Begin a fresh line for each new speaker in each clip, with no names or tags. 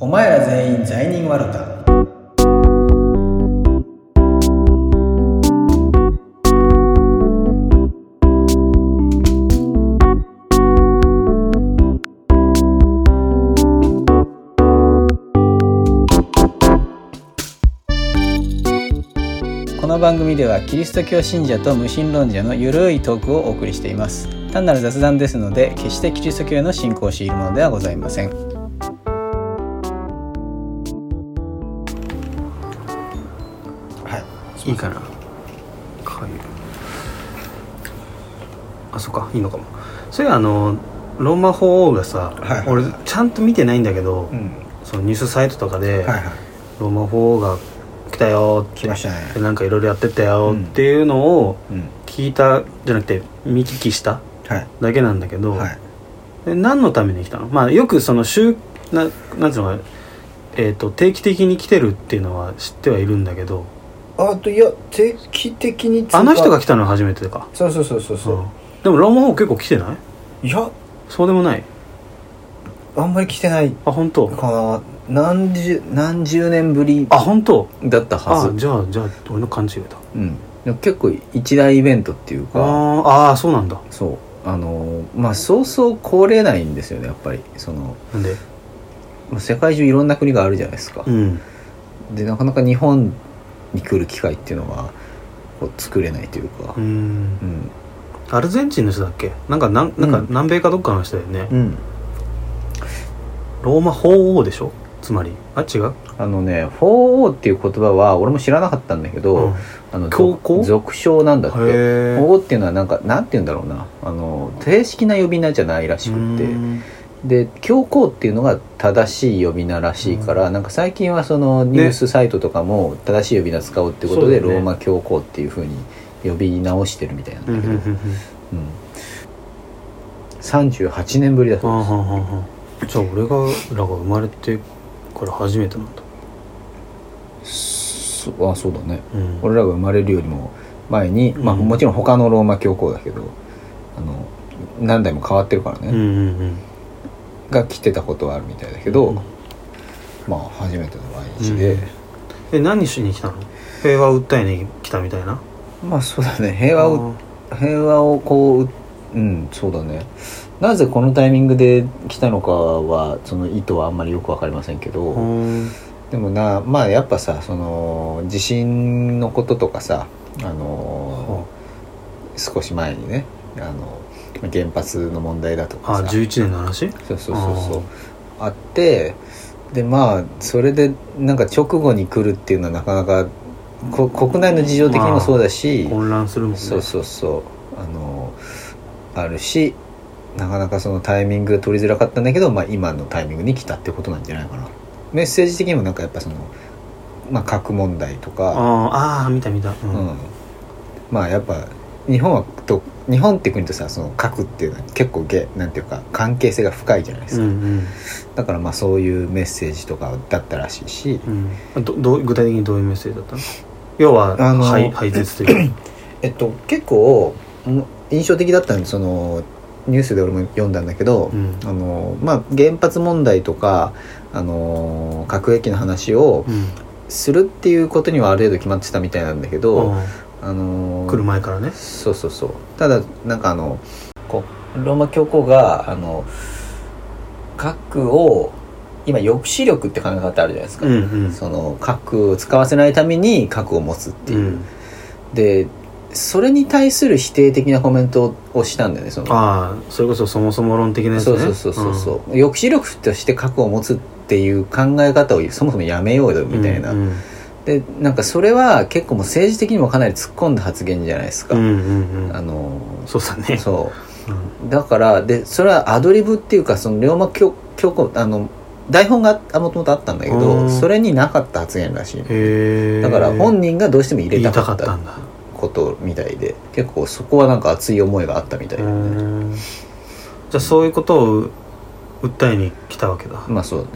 お前ら全員罪人ワルタこの番組ではキリスト教信者と無神論者のゆるいトークをお送りしています単なる雑談ですので決してキリスト教の信仰を強いるものではございません
はい
いいかなかゆいあそっかいいのかもそれあのローマ法王がさ、
はいはい
俺ちゃんと見てないんだけど、
うん
そのニュースサイトとか
はい
で、
はい
ローマ法王が来たよって
来ましたね
なんかいろいろやってったよ
うん
っていうのを
うん
聞いたじゃなくて見聞きした
はい
だけなんだけど、
はい
え何のために来たのまあよくその週ななんていうのかえー、と定期的に来てるっていうのは知ってはいるんだけど
あといや定期的に
あの人が来
た
たのは初めてか
そうそうそうそうそう、
でもローマ法王結構来てない
いや
そうでもない
あんまり来てない
あ本当
かな何十何十年ぶり
あ本当
だった
あじゃあじゃあ俺の勘違いだ
うん、でも結構一大イベントっていう
あ
か
ーあーそうなんだ
そうあのーまあそうそう来れないんですよねやっぱりその
なんで
まあ世界中いろんな国があるじゃないですか
う、ん
でなかなか日本に来る機会っていうのはこう作れないというか
うーん
うん、
アルゼンチンの人だっけなんかなんなんか
うん
南米かどっかの人だよね、
うん、
ローマ法王でしょつまりあ違う
あのね「法王」っていう言葉は俺も知らなかったんだけど、
うん
あの
教皇
俗俗称なんだっ
へ
て
ー
法王っていうのはなんかなんて言うんだろうなあの正式な呼び名じゃないらしくって。
うん
で教皇っていうのが正しい呼び名らしいから、なんか最近はそのニュースサイトとかも正しい呼び名使おうってことで、
そうだ
ロー
ね
マ教皇っていうふうに呼び直してるみたいなんだ
うん
け
うん
ど、
う
うん
んうん
38年ぶりだ
あー
と
はんはんはんじゃあ俺がらが生まれてから初めてなんだ
そあそうだね
うん
俺らが生まれるよりも前に、まあ、
うん
もちろん他のローマ教皇だけどあの何代も変わってるからね、
うんうんうん
が来てたことはあるみたいだけど、
うん
まあ初めての来日で、
え何しに来たの平和を訴えに来たみたいな
まあそうだね平和を平和をこうううんそうだねなぜこのタイミングで来たのかはその意図はあんまりよく分かりませんけ
う
ど
ん
でもなまあやっぱさその地震のこととかさあの少し前にねあの原発の問題だと
あ
かさ
11年の話
そうそうそうそうあってでまあそれでなんか直後に来るっていうのはなかなかこ国内の事情的にもそうだし、
混乱するもんね
そうそうそうあのあるしなかなかそのタイミングが取りづらかったんだけど、まあ、今のタイミングに来たってことなんじゃないかなメッセージ的にもなんかやっぱその、まあ、核問題とか、
あーあー見た見たう
うんん、まあやっぱ日本はと日本って国とさその核っていうのは結構げなんていうか関係性が深いじゃないで
う
す
ん
か、
うん
だからまあそういうメッセージとかだったらしいし
うんどどう具体的にどういうメッセージだったの要は
あの
廃廃絶という か
えっと結構うん印象的だったのそのニュースで俺も読んだんだけど、
うん
あのまあ、原発問題とかあの核兵器の話を
うん
するっていうことにはある程度決まってたみたいなんだけど、あの
来る前からね
そうそうそうただなんかあのこうローマ教皇があの核を今抑止力って考え方あるじゃないですか、
うんうん
その核を使わせないために核を持つって
う
いう、
ん
でそれに対する否定的なコメントをしたんだよねその
ああそれこそそもそも論的なやつ
そう
ね
そうそうそうそう、抑止力として核を持つっていう考え方をそもそもやめようよ
うん
みたいな、
うんうん
でなんかそれは結構もう政治的にもかなり突っ込んだ発言じゃないですか、
うんう
あ
ん
の
そうだね
そ
うん
うだからでそれはアドリブっていうかその龍馬教教皇あの台本がもともとあったんだけ
う
ど
ん
それになかった発言らしいの
へえ
だから本人がどうしても入
言
れた
いた
か
か
っ
った
た
んだ
ことみたいで結構そこはなんか熱い思いがあったみたいな、
うんじゃあそういうことを訴えに来たわけだ、
まあそうだね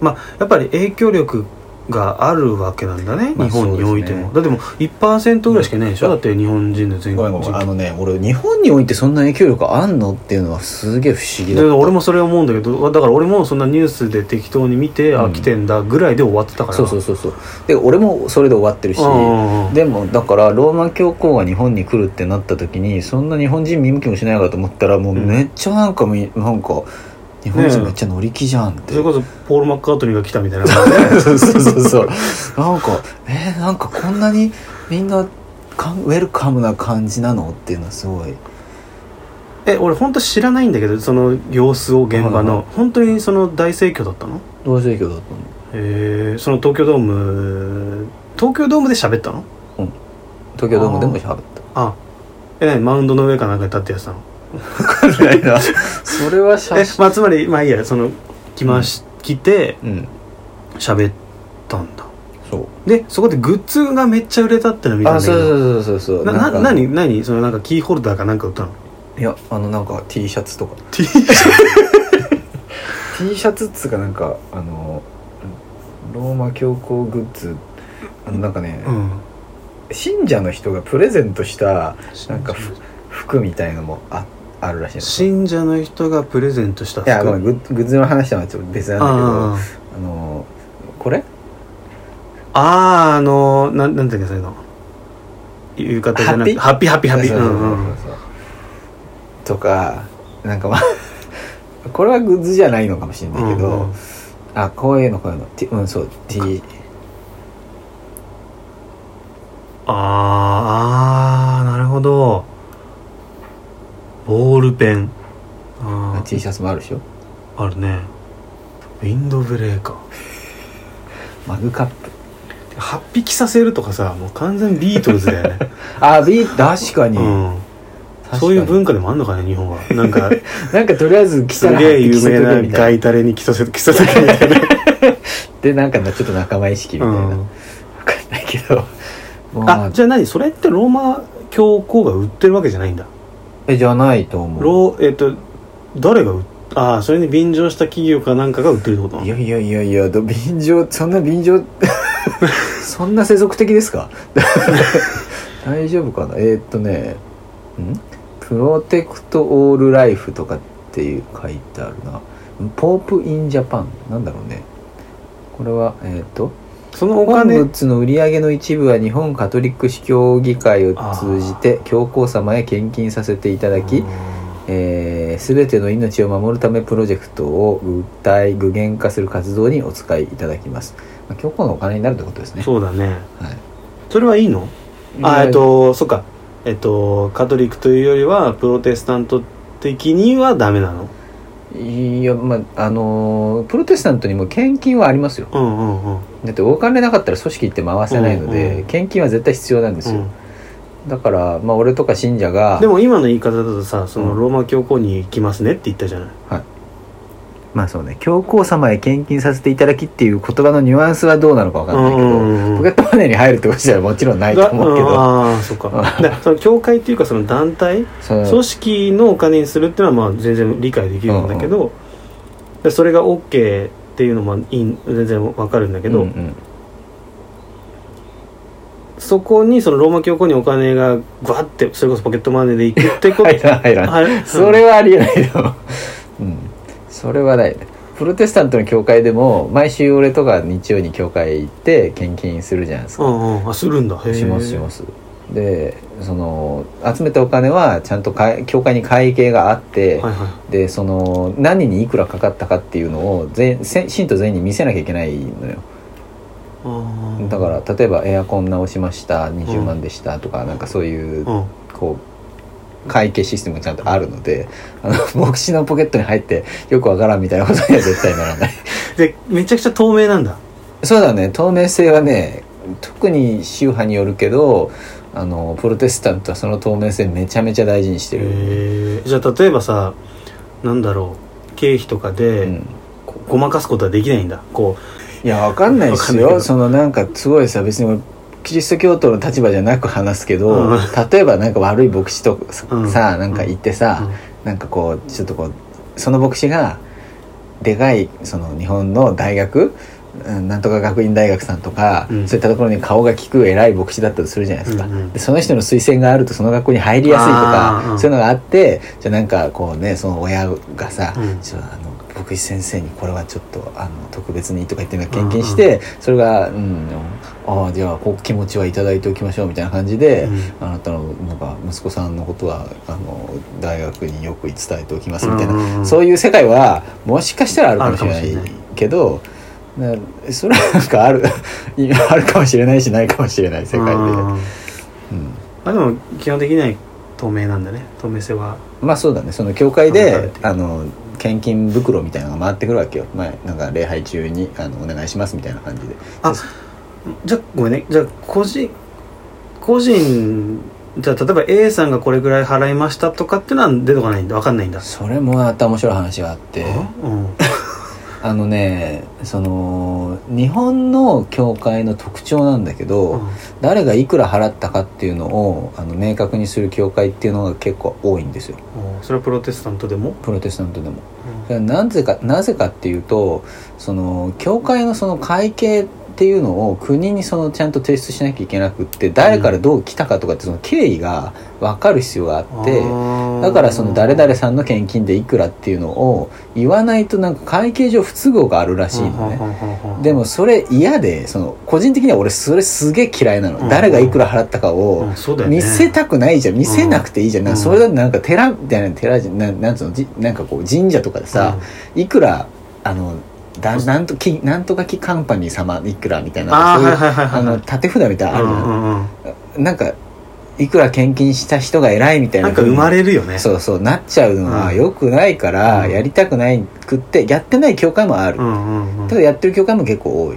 まあやっぱり影響力があるわけなんだね、
まあ
日本においても、
そ
だってもう1%ぐらいしかいないでしょ、
うん
だって日本人の全
ごめん
国
ごめ
人
ん
口
あのね俺日本においてそんな影響力あんのっていうのはすげえ不思議だ
で俺もそれ思うんだけどだから俺もそんなニュースで適当に見て、
う
あ
ん
来てんだぐらいで終わってたから
そうそうそうそうで俺もそれで終わってるし
うんうんうん
でもだからローマ教皇が日本に来るってなった時にそんな日本人見向きもしないかと思ったらもう
うん
めっちゃなんかみ、なんか日本人めっちゃ乗り気じゃんって、
それこそポール・マッカートニーが来たみたいな
そうそうそうそうなんかえー、なんかこんなにみんなかんウェルカムな感じなのっていうのはすごい
え俺本当知らないんだけどその様子を現場
はい
の、
は
本当にその大盛況だったの
同情影響だったの
えー、その東京ドーム東京ドームで喋ったの
東京ドームでも喋った
あえ何マウンドの上かなんかに立ってやってたの
分かんないな それは写
え、
真
まあ、つまりまあいいやその来まし、来て
うん
喋ったんだ
そう
でそこでグッズがめっちゃ売れたってのは見たん
あ
だけど
そうそうそうそうそう
な
なんか
な何何そのなんかキーホルダーかなんか売ったの
いやあのなんか T シャツとか
T シャツ
T シャツっつうかなんかあのローマ教皇グッズあのなんかね、
うん
信者の人がプレゼントしたなんかふ服みたいのもああるらしいんですよ
信者の人がプレゼントした
いやごめ
あ
んグッグッズの話とはちょっと別なんだけどあ
あ
のこれ
あーあのなんなんていうかそういうの浴衣じゃなくてハ
ハ
ッピーハッピーハッピー
そう
う
そうそうんそう
うん
そうとかなんかまあ これはグッズじゃないのかもしれないけど、
うんうん
あこういうのこういうの、T、うんそう T
あーあーなるほどボールペンあー
T シャツもあるでしょ
あるねウィンドブレーカー
マグカップ
8匹させるとかさもう完全にビートルズだよ ね、
あビー確かに、
うん、
確かに
そういう文化でもあんのかね日本はなん か
なんかとりあえず来
す
たら
げえ有名
着せと
な
けみた
ガ
い
イタレに着させ 着させてみたいな、
でなんかちょっと仲間意識みたいな、
う
わ
ん
かんないけどま
あじゃあ何それってローマ教皇が売ってるわけじゃないんだ
えじゃないと思う
ローえっと誰が売っああそれに便乗した企業かなんかが売ってるってことないの
やいやいやいやど便乗そんな便乗 そんな世俗的ですか 大丈夫かなえーっとねんプロテクトオールライフとかっていう書いてあるなポープインジャパンなんだろうねこれはえーっと
そのお
本
金
物の売り上げの一部は日本カトリック司教議会を通じて教皇様へ献金させていただき、えー、全ての命を守るためプロジェクトを具体具現化する活動にお使いいただきます、まあ、教皇のお金になるってことですね
そうだね
はい
それはいいのあえっとそっかえっとカトリックというよりはプロテスタント的にはダメなの
いやまああのープロテスタントにも献金はありますよ
うんうんうん
だってお金なかったら組織って回せないので、
うんうん
献金は絶対必要なんですよ、
うん
だからまあ俺とか信者が
でも今の言い方だとさそうの
ん
ローマ教皇に行きますねって言ったじゃない、
まあそうね教皇様へ献金させていただきっていう言葉のニュアンスはどうなのかわかんないけど、
うん
ポケットマネーに入るってことじゃもちろんないと
が
思うけ
うん
ど、
ああそっかでその教会っていうかその団体、
その
組織のお金にするっていうのはまあ全然理解できるんだけど、でそれが OK っていうのもいい全然わかるんだけど、
うんうん
そこにそのローマ教皇にお金がガってそれこそポケットマネーで行くってこと
入らん入らん、
はい
それはありえないよ、うん、それはないねプロテスタントの教会でも毎週俺とか日曜に教会行って献金するじゃないです
う
か、
んうんあするんだへえ
しますしますでその集めたお金はちゃんとかい教会に会計があって、
はいは
でその何にいくらかかったかっていうのを全せ信徒全員に見せなきゃいけないのよ
い
だから例えばエアコン直しました20万でしたとか、なんかそういう
らうん
こう会計システムがちゃんとあるのであの 牧師のポケットに入ってよくわからんみたいなことには絶対ならない
でめちゃくちゃ透明なんだ
そうだね透明性はね特に宗派によるけどあのプロテスタントはその透明性めちゃめちゃ大事にしてる、
へえじゃあ例えばさなんだろう経費とかで、
うん
こごまかすことはできないんだこ
いやわかんないっす
わかんないけ
よ
ど
そのなんかすごいさ別に俺キリスト教徒の立場じゃなく話すけど、
うん
例えばなんか悪い牧師とさ、
うん
なんか言ってさ、
うん
なんかこうちょっとこうその牧師がでかいその日本の大学うんなんとか学院大学さんとか、
うん
そういったところに顔が利く偉い牧師だったとするじゃないですか、
うんうん
でその人の推薦があるとその学校に入りやすいと
あー
か、
うん
そういうのがあってじゃあなんかこうねその親がさ、
うん
ちょあの牧師先生にこれはちょっとあの特別にとか言ってなんか献金して、それが、うん、ああじゃあこう気持ちはいただいておきましょうみたいな感じで、
うん
あなたのなんか息子さんのことはあの大学によく伝えておきますみたいな、
うんうんうん
そういう世界はもしかしたらあるかもしれな
あるかも
い
しれな
けどなそれはなんかある いやあるかもしれないしないかもしれない世界で、
うんま
うん
あでも基本的には透明なんだね透明性は
まあそうだねその教会で
改
あの献金袋みたいなのが回ってくるわけよ、まあ、なんか礼拝中にあのお願いしますみたいな感じで
あじゃあごめんねじゃあ個人個人じゃあ例えば A さんがこれぐらい払いましたとかってのは出てこないんだ分かんないんだ
それもまた面白い話があって
うん
あのねその日本の教会の特徴なんだけど、誰がいくら払ったかっていうのをあの明確にする教会っていうのが結構多いんですよ
うんそれはプロテスタントでも
プロテスタントでもなぜかなぜかっていうとその教会のその会計っていうのを国にそのちゃんと提出しなきゃいけなくって誰からどう来たかとかってその経緯が分かる必要があって、だからその誰々さんの献金でいくらっていうのを言わないとなんか会計上不都合があるら
ら
しいのね。
ね
でもそれ嫌でその個人的には俺それすげえ嫌いな
うん
の誰がいくら払ったかを
うんそうだよね
見せたくないじゃん見せなくていいじゃんなんか
うん
それだってなんか寺みたいな寺じゃなんなんつうのじなんかこう神社とかでさいくらあのだなんときなんとかきカンパニー様いくらみたいな
ああ
そ
ー
うい
は
う
いはいはいは
あ
い
の縦札みたいなのあるじゃん
うんうんうん
なんかいくら献金した人が偉いみたいな
なんか生まれるよね
そうそうなっちゃうの
う
は
ん
良くないから、
うん
やりたくないくってやってない教会もある、
うんうんうん
ただやってる教会も結構多い、
うん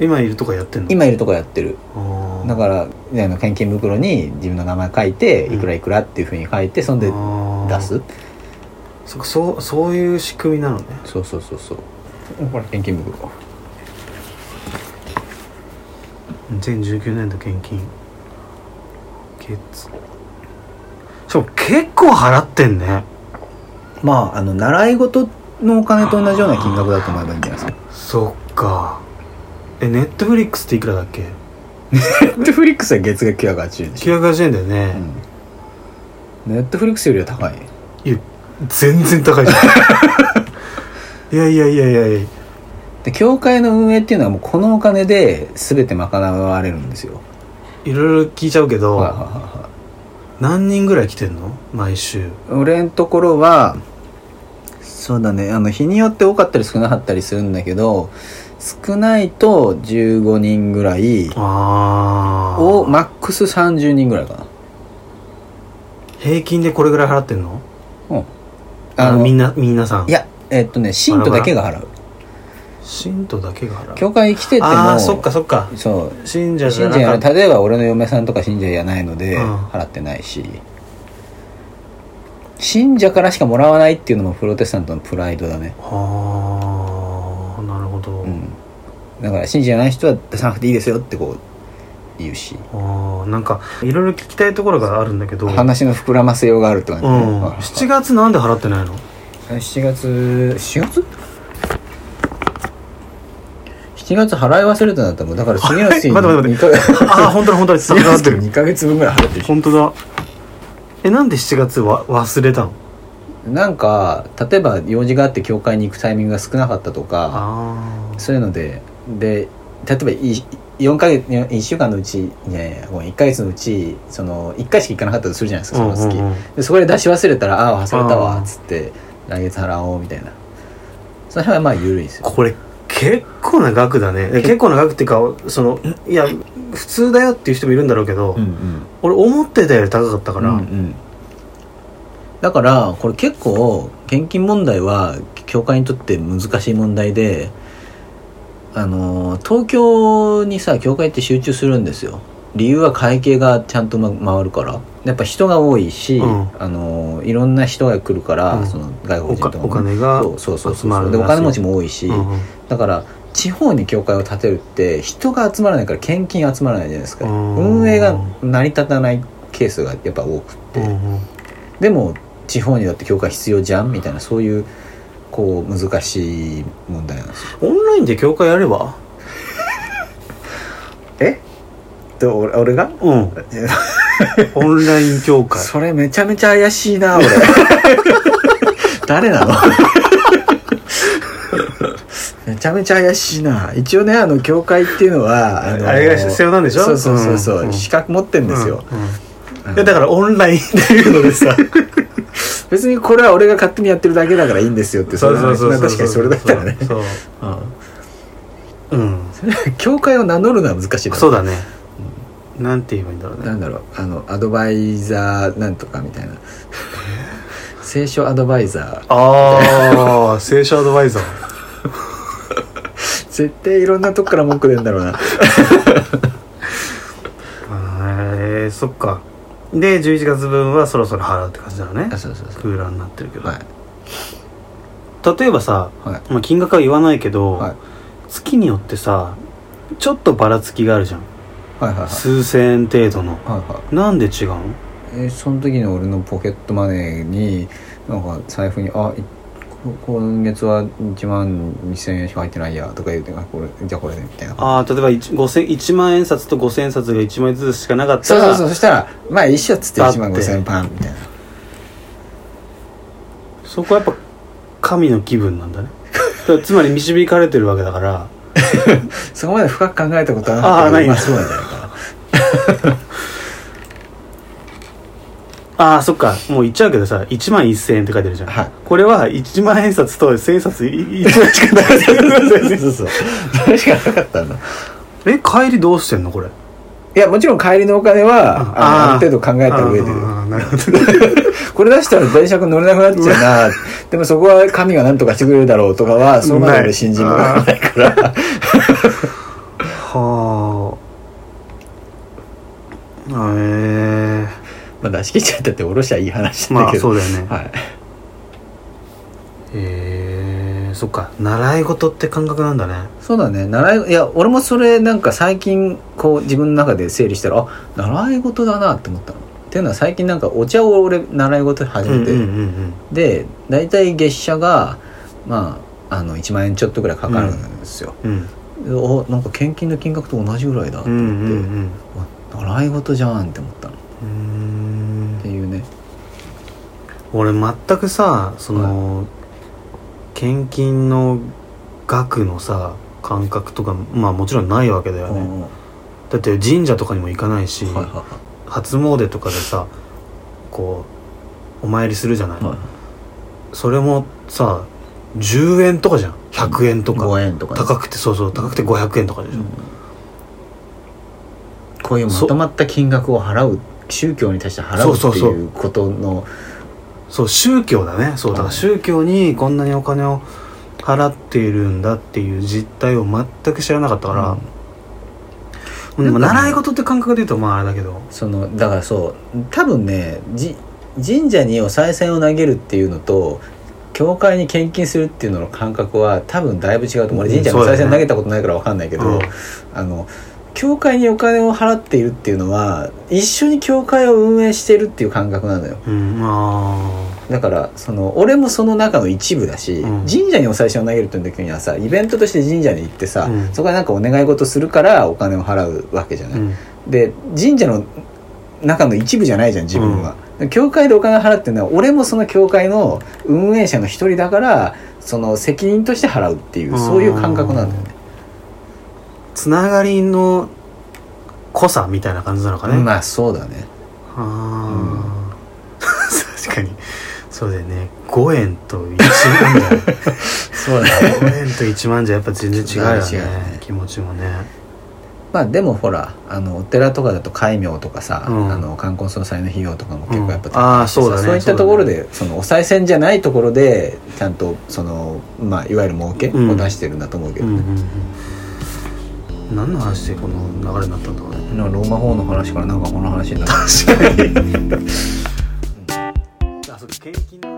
今いるとかやってんの
今いるとこやってる
今
だからねあの献金袋に自分の名前書いて
うん
いくらいくらっていうふうに書いてそんで出す
そそうそういう仕組みなのね
そうそうそうそうこれ献金袋
2019年度献金ケツしかも結構払ってんね
まああの習い事のお金と同じような金額だと思えばいいんじゃないですか
そっかえネットフリックスっていくらだっけ
ネットフリックスは月額980円でしょ、
980円だよね、
うん、ネットフリックスよりは高い
いや全然高いじゃ んいやいやいやいやいや
で教会の運営っていうのはもうこのお金で全て賄われるんですよ
いろいろ聞いちゃうけど、
はいはいはいは
何人ぐらい来てんの毎週
い俺のところはそうだねあの日によって多かったり少なかったりするんだけど少ないと15人ぐらい
ああ
をマックス30人ぐらいか
平均でこれぐらい払ってんの
な
あ
あの
みんなみんなさん
いやえっとね信徒だけが払う
信徒だけが払う
教会に来てても
ああそっかそっか
そう
信者じ
信
ゃな
者
かっ
や例えば俺の嫁さんとか信者じゃないので
うん
払ってないし、信者からしかもらわないっていうのもプロテスタントのプライドだね
はあなるほど、
うんだから信者じゃない人は出さなくていいですよってこう言うし
ああなんかいろいろ聞きたいところがあるんだけどうん
話の膨らませようがあるって感じね、はいはい
7月なんで払ってないの
7月7月7月払い忘れたんだったらもうだから次の月に
待って待って待って
二ヶ月
ああ本当だ本当だ
次 の
払って
月
る
に2ヶ月分ぐらい払ってる
本当だえなんで7月は忘れたの
なんか例えば用事があって教会に行くタイミングが少なかったとか
あ
そういうのでで例えばい4ヶ月1週間のうちいやいやごめん1ヶ月のうちその1回しか行かなかったとするじゃないです
あ
かその月、
うんうんうん
でそこで出し忘れたら「ああ忘れたわ
あ」ー
っつって来月払おうみたいなその辺はまあ緩いですよ
これ結構な額だねえ結構な額っていうかそのいや普通だよっていう人もいるんだろうけど、
うんうん
俺思ってたより高かったから、
うんうんだからこれ結構献金問題は教会にとって難しい問題であの東京にさ教会って集中するんですよ理由は会計がちゃんとま回るからやっぱ人が多いし、
うん
あのいろんな人が来るから、
うん
その外
お
国人
か
とかもね
お金が
そうそうそう
集
そう
まる
でお金持ち
も
も多いし、
うんうん
だから地方に教会を建てるって人が集まらないから献金集まらないじゃないですか
うん
運営が成り立たないケースがやっぱ多くって、
うんうん
でも地方にだって教会必要じゃんみたいなそういうこう難しい問題なんですよ
オンラインで教会やれば
えで俺俺が
うん オンライン教会
それめちゃめちゃ怪しいな俺 誰な のめちゃめちゃ怪しいな一応ねあの教会っていうのはあの
あれが必要なんでしょ
そうそうそうそう、
うんうん
資格持ってんですよ、
うんうん
あの
いやだからオンラインっていうのでさ
別にこれは俺が勝手にやってるだけだからいいんですよってれは まあ確かにそれだったらね
そううん
うん教会を名乗るのは難しいだろ
そうだねなんて言えばいいんだろう
な
ね
んだろうあのアドバイザーなんとかみたいな聖書アドバイザー
あ あ聖書アドバイザー
絶対いろんなとこから文句出るんだろうな
えー、そっかで11月分はそろそろ払うって感じだね
あそうそうそう
空欄になってるけど、
はい
例えばさ、
はい
まあ、金額は言わないけど、
はい
月によってさちょっとばらつきがあるじゃん
はいはいはい
数千円程度の
はいは
なんで違うの
いえその時の俺のポケットマネーになんか財布に「あいこ今月は1万2000円しか入ってないや」とか言うて「あこれじゃあこれで」みたいな
ああ例えば 1, 5千1万円札と5千円札が1枚ずつしかなかった
そう
ら
そうそうそしたら「まあ一緒」っつって
だって
1万5000円パンみたいな
そこはやっぱ神の気分なんだね だつまり導かれてるわけだから
そこまで深く考えたことは
ああ
な
ないいん
ま
だ
あそうなん じゃないか
ああそっかもう言っちゃうけどさ1万1000円って書いてるじゃん、
はい
これは1万円札と1000円札1枚 しかない
そうそうそれしかなかったんだ
え帰りどうしてんのこれ
いやもちろん帰りのお金は
うん
あの
あー
ある程度考えた上で
あーなるほど
これ出したら電車乗れなくなっちゃうなでもそこは神が何とかしてくれるだろうとかはそのまで俺信じる
ない
がない から
はあへえ
まあ出し切っちゃったって下ろしゃいい話なん
ま
だ
あ
けど、
そうだよね
はい、
へえそっか習い事って感覚なんだね
そうだね習いいや俺もそれなんか最近こう自分の中で整理したらあ習い事だなって思ったの。っていうのは最近なんかお茶を俺習い事で始めて、
うんうんうん
で大体月謝がまああの1万円ちょっとぐらいかかるんですよ、
うん
おなんか献金の金額と同じぐらいだ
うんうんうん
習い事じゃんって思ったのっ
うーん
ていうね
俺全くさその、献金の額のさ感覚とかまあもちろんないわけだよね、
うんはい
だって神社とかにも行かないし、
はいは
初詣とかでさこうお参りするじゃない、
いはい
それもさ10円とかじゃん100円とか
5円とかね
高くてそうそう高くて500円とかでしょ、
うんこういうまとまった金額を払う宗教に対して払
そううそう
ってい
そう
うことの
そう宗教だねそうだか
うん
ら宗教にこんなにお金を払っているんだっていう実態を全く知らなかったから、でも
なんかね
習い事って感覚で言うとまああれだけど
そのだからそう多分ねじ神社にお賽銭を投げるっていうのと教会に献金するっていうのの感覚は多分だいぶ違うと思う俺
う
神
ん
社にお
そう
賽
だ
銭
ね
投げたことないから分かんないけど、
うん
あの教会にお金を払っているっていうのは一緒に教会を運営してるっていう感覚なのよ
うんあ
だからその俺もその中の一部だし、
うん
神社にお賽銭を投げるっていう時にはさイベントとして神社に行ってさ、
うん
そこはなんかお願い事するからお金を払うわけじゃ
あ
な
う
い、
ん
で神社の中の一部じゃないじゃん自分は、教会でお金を払ってるのは俺もその教会の運営者の一人だからその責任として払うっていうそういう感覚なんだよね、
つながりの濃さみたいな感じなのかね、あ
まあそうだね
あー 確かにそうだよね5円と1円だよ
そうだね
5円と1万じゃやっぱ全然違 うよね
違うね
気持ちもね
まあでもほらあのお寺とかだと戒名とかさ、
うん
あの冠婚葬祭の費用とかも結構やっぱ、
うんああそうだね
そういったところでそ、のお賽銭じゃないところでちゃんとその、まあ、いわゆる儲け
うん
を出してるんだと思うけ
う
ど、
んうんうん何の話でこの流れになったんだろうね
なんかローマ法の話からなんかこの話になった
確かにあそう献金の話